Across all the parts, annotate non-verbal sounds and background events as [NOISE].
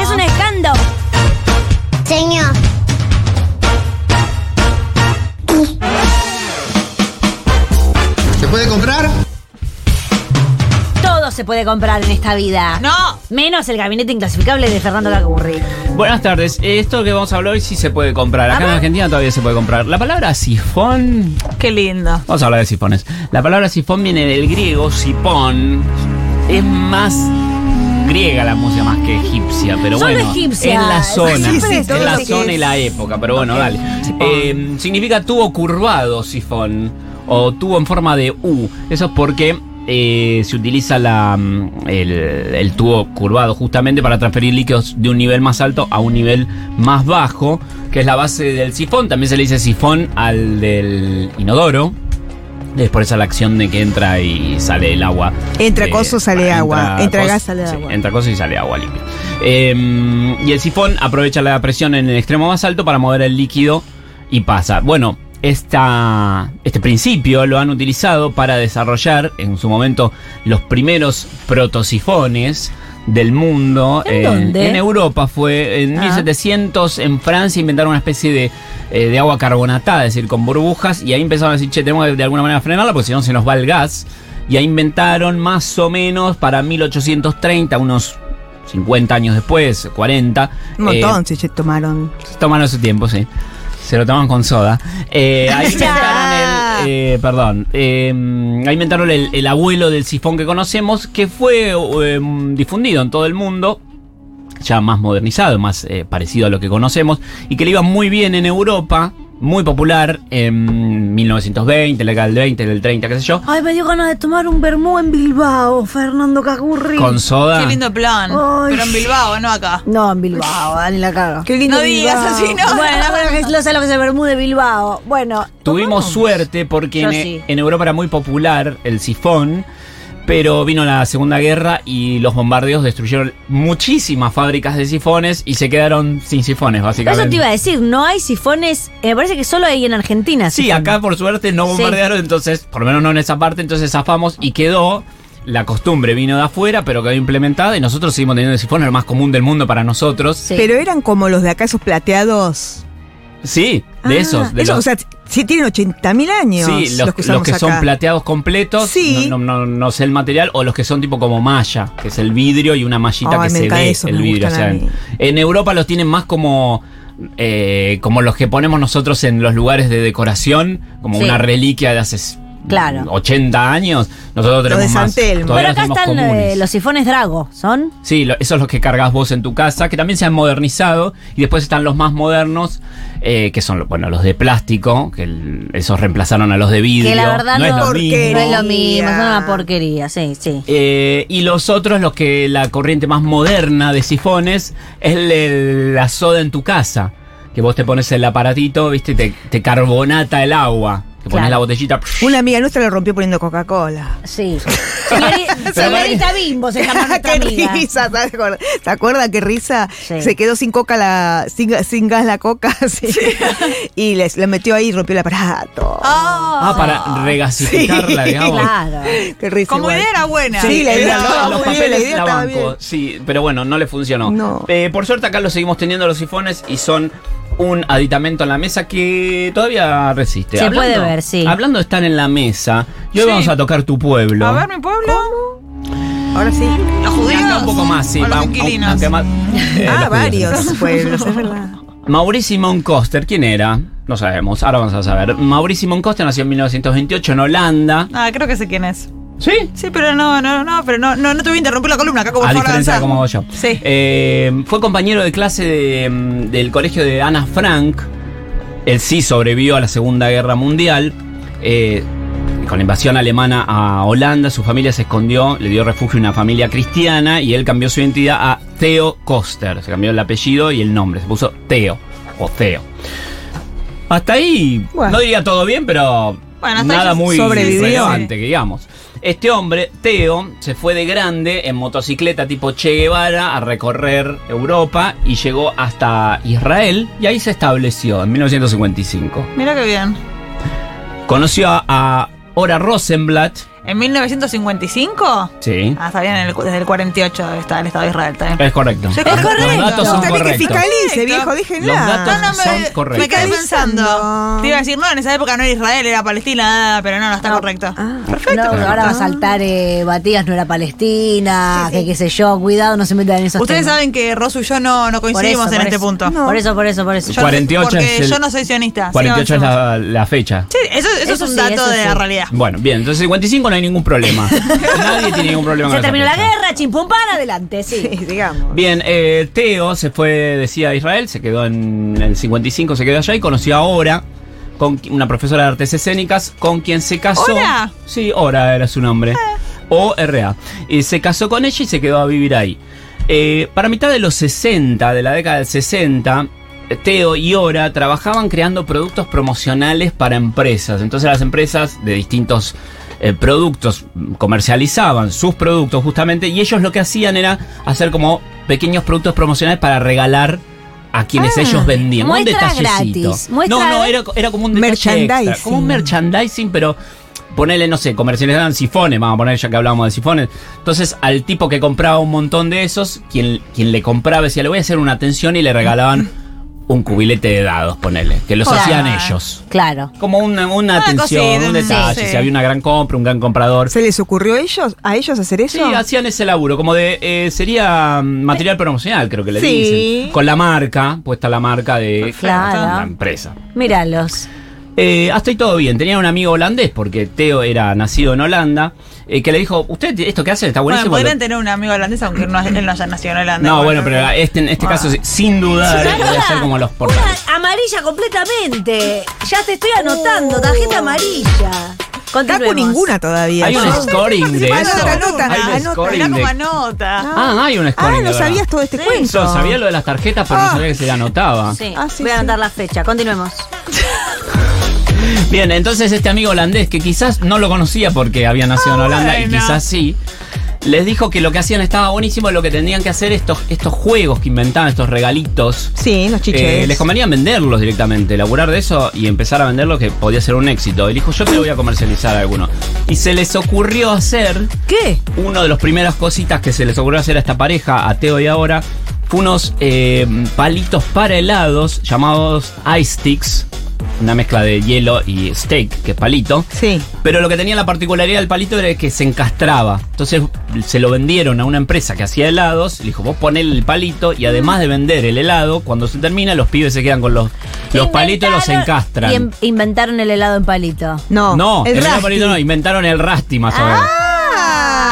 ¡Es un escándalo! Señor. ¿Se puede comprar? Todo se puede comprar en esta vida. ¡No! Menos el gabinete inclasificable de Fernando Lacurri. Buenas tardes. Esto que vamos a hablar hoy sí se puede comprar. Acá en Argentina todavía se puede comprar. La palabra sifón. ¡Qué lindo! Vamos a hablar de sifones. La palabra sifón viene del griego sifón. Es más griega la música más que egipcia, pero Solo bueno. egipcia. En la zona. Sí, sí, en todo la lo que zona y es. la época, pero bueno, dale. Eh, significa tubo curvado sifón. O tubo en forma de U. Eso es porque. eh, se utiliza la, mm, el, el tubo curvado justamente para transferir líquidos de un nivel más alto a un nivel más bajo, que es la base del sifón. También se le dice sifón al del inodoro. Es por esa la acción de que entra y sale el agua. Eh, Entra coso, sale agua. Entra gas, sale sí, agua. entra coso y sale agua limpia. Eh, y el sifón aprovecha la presión en el extremo más alto para mover el líquido y pasa. Bueno, esta, este principio lo han utilizado para desarrollar en su momento los primeros protosifones del mundo. ¿En dónde? En Europa fue en Ah. 1700 en Francia inventaron una especie de, eh, de agua carbonatada, es decir, con burbujas, y ahí empezaron a decir, che, tenemos que de alguna manera frenarla porque si no se nos va el gas. Y ahí inventaron más o menos para 1830, unos 50 años después, eh, 40. Un montón se che- tomaron. Se tomaron su tiempo, sí. Se lo toman con soda. Eh, ahí inventaron el. eh, perdón. eh, ahí inventaron el, el abuelo del sifón que conocemos, que fue eh, difundido en todo el mundo. Ya más modernizado, más eh, parecido a lo que conocemos. Y que le iba muy bien en Europa. Muy popular en 1920, la década del 20, del 30, qué sé yo. Ay, me dio ganas de tomar un vermú en Bilbao, Fernando Cacurri. Con soda. ¡Qué lindo plan! Ay. Pero en Bilbao, no acá. No, en Bilbao, dale la caga. Qué lindo No digas Bilbao. así, no. Bueno, bueno, que lo sé lo que es el vermú de Bilbao. Bueno, Tuvimos suerte porque Yo en, sí. en Europa era muy popular el sifón, pero vino la Segunda Guerra y los bombardeos destruyeron muchísimas fábricas de sifones y se quedaron sin sifones, básicamente. eso te iba a decir, no hay sifones, eh, me parece que solo hay en Argentina. Sí, sifón. acá por suerte no Sí. bombardearon, entonces, por lo menos no en esa parte, entonces zafamos y quedó. La costumbre vino de afuera, pero quedó implementada y nosotros seguimos teniendo el sifón, era lo más común del mundo para nosotros. Sí. Pero eran como los de acá, esos plateados. Sí, Ah, de esos. De Esos, los- o sea, sí tienen 80.000 años. Sí, los, los que, usamos acá. son plateados completos, Sí. no, no- no- no sé el material, o los que son tipo como malla, que es el vidrio y una mallita Ay, que me se encanta ve eso, el me vidrio. gustan o sea, a mí. en Europa los tienen más como, eh, como los que ponemos nosotros en los lugares de decoración, como Sí. una reliquia de hace Claro. 80 años. Nosotros de tenemos San más. Telmo. Pero todavía acá los están tenemos eh, comunes. los sifones Drago, ¿son? Sí, lo- esos los que cargas vos en tu casa, que también se han modernizado. Y después están los más modernos, eh, que son bueno, los de plástico, que el- esos reemplazaron a los de vidrio. Que la verdad no, no, es lo mismo. Porquería. no es lo mismo, son una porquería, sí, sí. Eh, y los otros, los que la corriente más moderna de sifones es el- el- la soda en tu casa. Que vos te pones el aparatito, viste, y te, te carbonata el agua. Que pones Claro. la botellita. Una amiga nuestra lo rompió [LAUGHS] poniendo Coca-Cola. Sí. Señori- Señorita, Bimbo [LAUGHS] se llama nuestra Ah, qué amiga. risa, ¿se acuerda? ¿se acuerda qué risa? Sí. Se quedó sin coca la, sin, sin gas la coca, [LAUGHS] sí. y les, la metió ahí y rompió el aparato. ¡Ah! Oh, Ah, para regasificarla, Sí. digamos. Claro. Qué risa. Como igual. idea era buena. Sí, la idea Era- estaba los muy bien, la papeles idea la estaba banco, bien. sí, pero bueno, no le funcionó. No. Eh, por suerte acá lo seguimos teniendo los sifones y son un aditamento en la mesa que todavía resiste. Se puede ver, sí. Hablando de estar en la mesa, y hoy Sí. vamos a tocar tu pueblo. A ver, mi pueblo. Ahora sí. Los judíos. Acá un poco más, sí. O los va- inquilinos. aunque más- eh, Ah, los judíos. varios pueblos, es verdad. Mauricio Moncoster, ¿quién era? No sabemos, ahora vamos a saber. Mauricio Moncoster nació en 1928 en Holanda. Ah, creo que sé quién es. ¿Sí? Sí, pero no, no, no, pero no, no, no te voy a interrumpir la columna acá como A Fabra diferencia de Danzar. como yo. Sí. Eh, fue compañero de clase de, mm, del colegio de Ana Frank. Él sí sobrevivió a la Segunda Guerra Mundial. Eh, con la invasión alemana a Holanda, su familia se escondió, le dio refugio a una familia cristiana y él cambió su identidad a Theo Koster. Se cambió el apellido y el nombre, se puso Theo o Theo. Hasta ahí, Bueno. no diría todo bien, pero Bueno, hasta nada ahí muy sobrevivió. relevante, que digamos. Este hombre, Teo, se fue de grande en motocicleta tipo Che Guevara a recorrer Europa y llegó hasta Israel y ahí se estableció en 1955. Mira qué bien. Conoció a, a Ora Rosenblatt, ¿En 1955? sí, Ah, está bien, en el- desde el 48 está el Estado de Israel también. es correcto. Es Los correcto. datos son Está También que correctos. fiscalice, Correcto. viejo, dije Los nada. datos- No, no, Son me, correctos. me quedé pensando. Fiscalizando. Te iba a decir, no, en esa época no era Israel, era Palestina, pero no, no Ah. está correcto. No, porque ahora va a saltar eh, Batías, no era Palestina, que qué sé yo, cuidado, no se metan en esos Ustedes temas. saben que Rosu y yo no, no Por coincidimos eso, en por este eso. punto. Por eso, por eso, por eso. Yo- 48 porque es el- yo no soy sionista. 48 es sigamos, sigamos. la, la fecha. Sí, eso, eso, Eso es un sí, dato eso de la sí. realidad. Bueno, bien, entonces 55 no hay ningún [LAUGHS] problema. Nadie tiene ningún problema con Se esa terminó la fecha. guerra, chimpumpan, adelante, sí. Sí, digamos. Bien, eh, Teo se fue, decía, a Israel, se quedó en el 55, se quedó allá y conoció a Ora, con, qui- una profesora de artes escénicas, con quien se casó. ¿Ora? Sí, Ora era su nombre. Ah. O R.A. Y se casó con ella y se quedó a vivir ahí. Eh, para mitad de los 60, de la década del 60, Teo y Ora trabajaban creando productos promocionales para empresas. Entonces las empresas de distintos eh, productos mm, comercializaban sus productos justamente y ellos lo que hacían era hacer como pequeños productos promocionales para regalar a quienes Ah, ellos vendían. Un muestras detallecito. gratis, muestras- no, no, era, era como un detalle Merchandising. extra, como un merchandising, pero ponele, no sé, comercializaban sifones, vamos a poner ya que hablábamos de sifones. Entonces, al tipo que compraba un montón de esos, quien, quien le compraba decía, le voy a hacer una atención y le regalaban un cubilete de dados, ponele, que los Claro. hacían ellos. Claro. Como una, una Una atención, cosita, un detalle, sí. si había una gran compra, un gran comprador. ¿Se les ocurrió a ellos, a ellos hacer Sí, eso? hacían ese laburo, como de. eh, sería mm, material promocional, creo que le Sí. dicen. Con la marca, puesta la marca de Claro. la empresa. Míralos. Eh, hasta ahí todo bien. Tenía un amigo holandés, porque Teo era nacido en Holanda, eh, que le dijo: Usted, esto que hace está Bueno, buenísimo. podrían tener un amigo holandés, aunque no, él no haya nacido en Holanda. no, bueno, pero este, en este Ah. caso, sí, sin dudar, voy a ser como los portales. Una amarilla completamente. Ya te estoy anotando, tarjeta amarilla. Taco Continuemos. ninguna todavía. Hay un No. scoring de Ah, eso. anota, anota, Hay un anota. scoring Mirá como de- anota. Ah, hay un scoring. Ah, de no verdad. sabía todo este cuento. Yo sabía lo de las tarjetas, pero no sabía que se le anotaba. Sí. Ah, sí, Voy a sí. anotar la fecha, continuemos. Bien, entonces este amigo holandés, que quizás no lo conocía porque había nacido en Ah, Holanda y bueno. quizás sí, les dijo que lo que hacían estaba buenísimo y lo que tendrían que hacer estos, estos juegos que inventaban, estos regalitos. Sí, los chiches. eh, les convenía venderlos directamente, laburar de eso y empezar a venderlos que podía ser un éxito. Él dijo, yo te voy a comercializar alguno. Y se les ocurrió hacer, ¿Qué? una de las primeras cositas que se les ocurrió hacer a esta pareja, a Teo y ahora, fue unos eh, palitos para helados llamados ice sticks, una mezcla de hielo y steak, que es palito. Sí. Pero lo que tenía la particularidad del palito era que se encastraba. Entonces se lo vendieron a una empresa que hacía helados. Le dijo, vos ponele el palito y además de vender el helado, cuando se termina, los pibes se quedan con los, los palitos y los Inventaron- encastran. y em- inventaron el helado en palito. No. No, el, el helado Rusty. palito no, inventaron el rasti más o menos. Ah.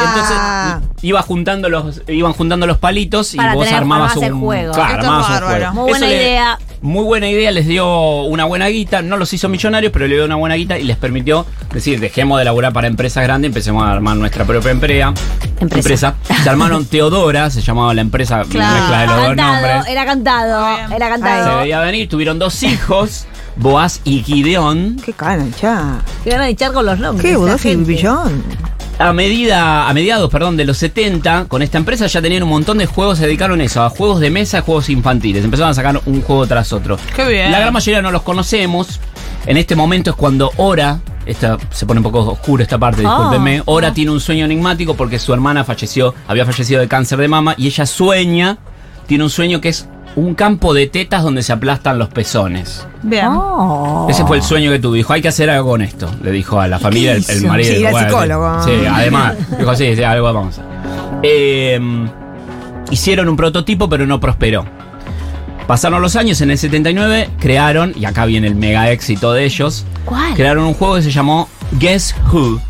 Entonces iba juntando los, iban juntando los palitos y Para vos tener- armabas armabas el un juego. Claro, Esto es armabas un bárbaro. juego. Muy buena le- idea. muy buena idea, les dio una buena guita, no los hizo millonarios, pero le dio una buena guita y les permitió decir, dejemos de laburar para empresas grandes, empecemos a armar nuestra propia empresa. Empresa. [LAUGHS] Se armaron Teodora, se llamaba la empresa Claro. mezcla de los dos Cantado, nombres. Ah, era cantado, Muy bien. era Se cantado. veía venir, tuvieron dos hijos, Boaz y Gideón. Qué cancha. Que van a echar con los nombres. Qué esta bodoso y gente. billón. A medida, a mediados, perdón, de los 70, con esta empresa ya tenían un montón de juegos, se dedicaron a eso, a juegos de mesa, a juegos infantiles. Empezaron a sacar un juego tras otro. Qué bien. La gran mayoría no los conocemos. En este momento es cuando Ora, esta, se pone un poco oscuro esta parte, Ah. discúlpenme. Ora tiene un sueño enigmático porque su hermana falleció, había fallecido de cáncer de mama y ella sueña, tiene un sueño que es un campo de tetas donde se aplastan los pezones. Bien. Oh. Ese Ah. fue el sueño que tuvo. Dijo, hay que hacer algo con esto. Le dijo a la familia el, el hizo? marido. Sí, ir al Bueno, psicólogo. Sí, además. Dijo, sí, sí, algo vamos a hacer. Eh, hicieron un prototipo, pero no prosperó. Pasaron los años, en el 79 crearon, y acá viene el mega éxito de ellos, ¿Cuál? crearon un juego que se llamó Guess Who.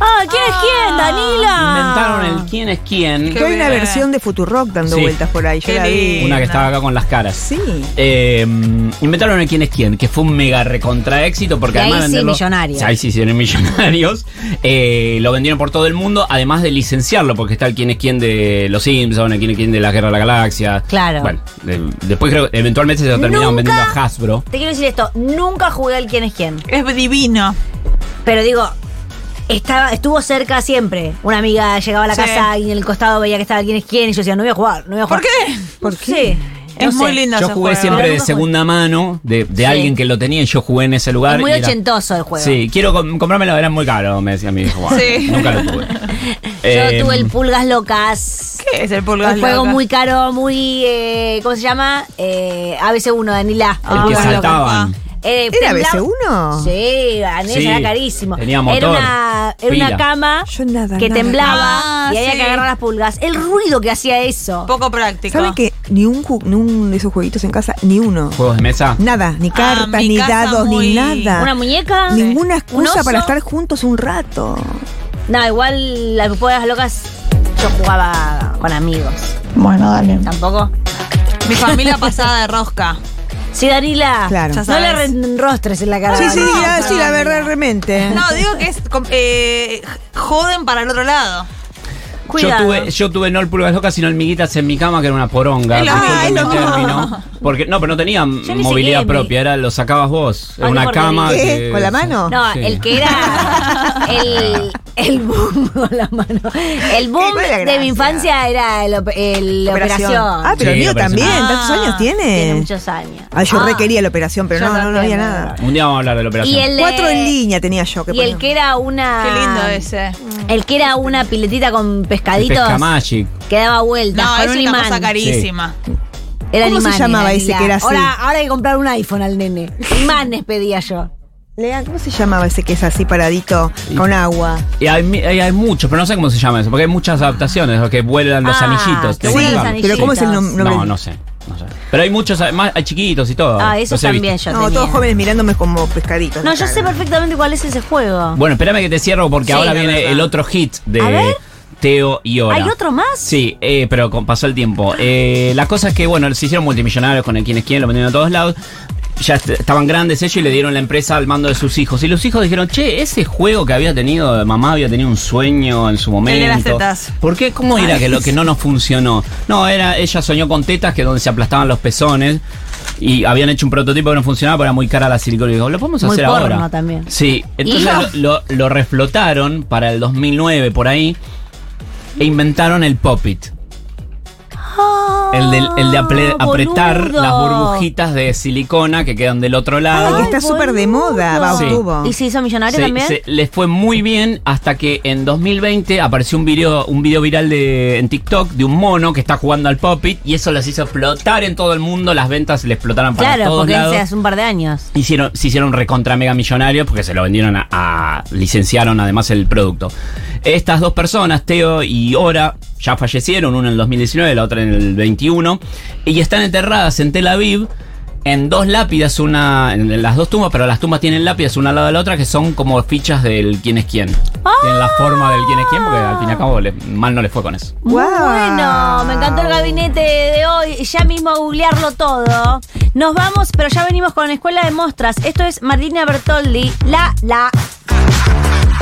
Ah, ¿quién es quién? Danila. Inventaron el quién es quién. Que hay una buena. versión de Futurock dando Sí. vueltas por ahí. Yo Qué la vi. lindo. Una que estaba acá con las caras. Sí. Eh, inventaron el quién es quién, que fue un mega recontra éxito porque Y ahí además de sí, venderlo- millonarios. Ahí sí, sí, eran millonarios. [LAUGHS] Eh, lo vendieron por todo el mundo, además de licenciarlo, porque está el quién es quién de Los Simpsons, el quién es quién de la Guerra de la Galaxia. Claro. Bueno, eh, después creo que eventualmente se lo terminaron Nunca- vendiendo a Hasbro. Te quiero decir esto, nunca jugué al quién es quién. Es divino. Pero digo, estaba, estuvo cerca siempre. Una amiga llegaba a la Sí. casa y en el costado veía que estaba quién es quién y yo decía, no voy a jugar, no voy a ¿Por jugar. qué? ¿Por qué? es muy lindo Yo ese jugué juego. ¿eh? siempre Pero de nunca segunda mano, de, de Sí. alguien que lo tenía y yo jugué en ese lugar. Es muy y era- ochentoso el juego. Sí, quiero com- comprármelo, era muy caro, me decía mi hijo. Bueno, Sí. Nunca lo [LAUGHS] tuve. Yo eh, tuve el Pulgas Locas. ¿Qué es el pulgar Un juego loca? muy caro, muy. eh, ¿Cómo se llama? Eh, ABC1, Danila. El que Ah, saltaban. Eh, ¿Era temblaba- BC1? Sí, Danila Sí, era carísimo. tenía motor, era una, era una pila. cama Yo nada, que nada. temblaba Ah, y había sí. que agarrar las pulgas. El ruido que hacía eso. Poco práctico. ¿Saben que ni un, ju- ni un de esos jueguitos en casa, ni uno? ¿Juegos de mesa? Nada, Ah, ni cartas, mi ni casa dados, muy- ni nada. ¿Una muñeca? Ninguna ¿Un excusa oso? para estar juntos un rato. No, igual las pulgas locas yo jugaba con amigos. Bueno, dale. ¿Tampoco? Mi familia pasada de [LAUGHS] rosca. Sí, Danila. Claro. No le re- rostres en la cara. Sí, Ah, sí, No, ya, sí, Danila. la verdad, realmente. No, digo que es com- eh, joden para el otro lado. Cuidado. Yo tuve, yo tuve no el pulgas loca, sino hormiguitas en mi cama, que era una poronga. Es lo disculpen mismo. el término. porque, no, pero no tenía Yo ni siquiera movilidad Ah, propia, era lo sacabas vos. Era Ay, una por cama. Dios. ¿Qué? que- ¿Con la mano? No, Ah, Sí. el que era el, el boom con la mano. El boom ¿Cuál es la de mi gracia? infancia era el, op- el operación. Ah, pero el Sí, mío operación. también. Ah, ¿Tantos años tiene? Tiene muchos años. Ah, yo Ah. requería la operación, pero Yo no, no, no había tengo. nada. Un día vamos a hablar de la operación. Y el de- Cuatro en línea tenía yo. Que Y el poner. que era una. Qué lindo ese. El que era una piletita con El pescaditos pesca magic. que daba vueltas No, con es un una imán. cosa carísima. Eran ¿Cómo se imanes, llamaba Daniela. ese que era así? Ahora, ahora hay que comprar un iPhone al nene. Imanes pedía yo. Lea, ¿cómo se llamaba ese que es así paradito con agua? Y hay, mi- hay, hay muchos, pero no sé cómo se llama eso, porque hay muchas adaptaciones, los que vuelan los Ah, anillitos. que ¿te vuelan acuerdas? los pero ¿cómo es el nom- nombre? No, no sé. No sé. Pero hay muchos, además hay chiquitos y todo. Ah, esos Los he visto. también yo No, tenía. todos jóvenes mirándome como pescaditos. No, la yo cara. sé perfectamente cuál es ese juego. Bueno, espérame que te cierro porque Sí, ahora la viene verdad. el otro hit A de ver. Teo y Hora. ¿Hay otro más? Ah. Sí, eh, pero con- pasó el tiempo. Eh, la cosa es que, bueno, se hicieron multimillonarios con el quién es quién, lo vendieron a todos lados. Ya est- estaban grandes ellos y le dieron la empresa al mando de sus hijos. Y los hijos dijeron, che, ese juego que había tenido, mamá había tenido un sueño en su momento. de las tetas. ¿Por qué? ¿Cómo era que lo que no nos funcionó? No, era, ella soñó con tetas que donde se aplastaban los pezones. Y habían hecho un prototipo que no funcionaba, pero era muy cara la silicona. Y digo, lo podemos Muy hacer porno ahora. también. Sí, entonces lo, lo- lo reflotaron para el 2009 por ahí e inventaron el Pop-It. El de, el de apre- Ah, apretar boludo. Ah, las burbujitas de silicona que quedan del otro Ay, lado. Ah, que está súper de boludo. moda, va, Sí. tuvo. ¿Y se hizo millonario Se- también? se- les fue muy bien hasta que en 2020 apareció un video, un video viral de, en TikTok de un mono que está jugando al Pop-It y eso las hizo explotar en todo el mundo. Las ventas le explotaron para Claro, todos porque lados. ese hace un par de años. Hicieron, se hicieron recontra mega millonarios porque se lo vendieron a, a- licenciaron además el producto. Estas dos personas, Teo y Ora, ya fallecieron, una en el 2019, la otra en el 21, y están enterradas en Tel Aviv en dos lápidas, una en las dos tumbas, pero las tumbas tienen lápidas una al lado de la otra que son como fichas del quién es quién. Tienen la forma del quién es quién porque al fin y al cabo le- mal no les fue con eso. Muy Guau. bueno, me encantó el gabinete de hoy. Ya mismo a googlearlo todo. Nos vamos, pero ya venimos con Escuela de Mostras. Esto es Martina Bertoldi, la, la,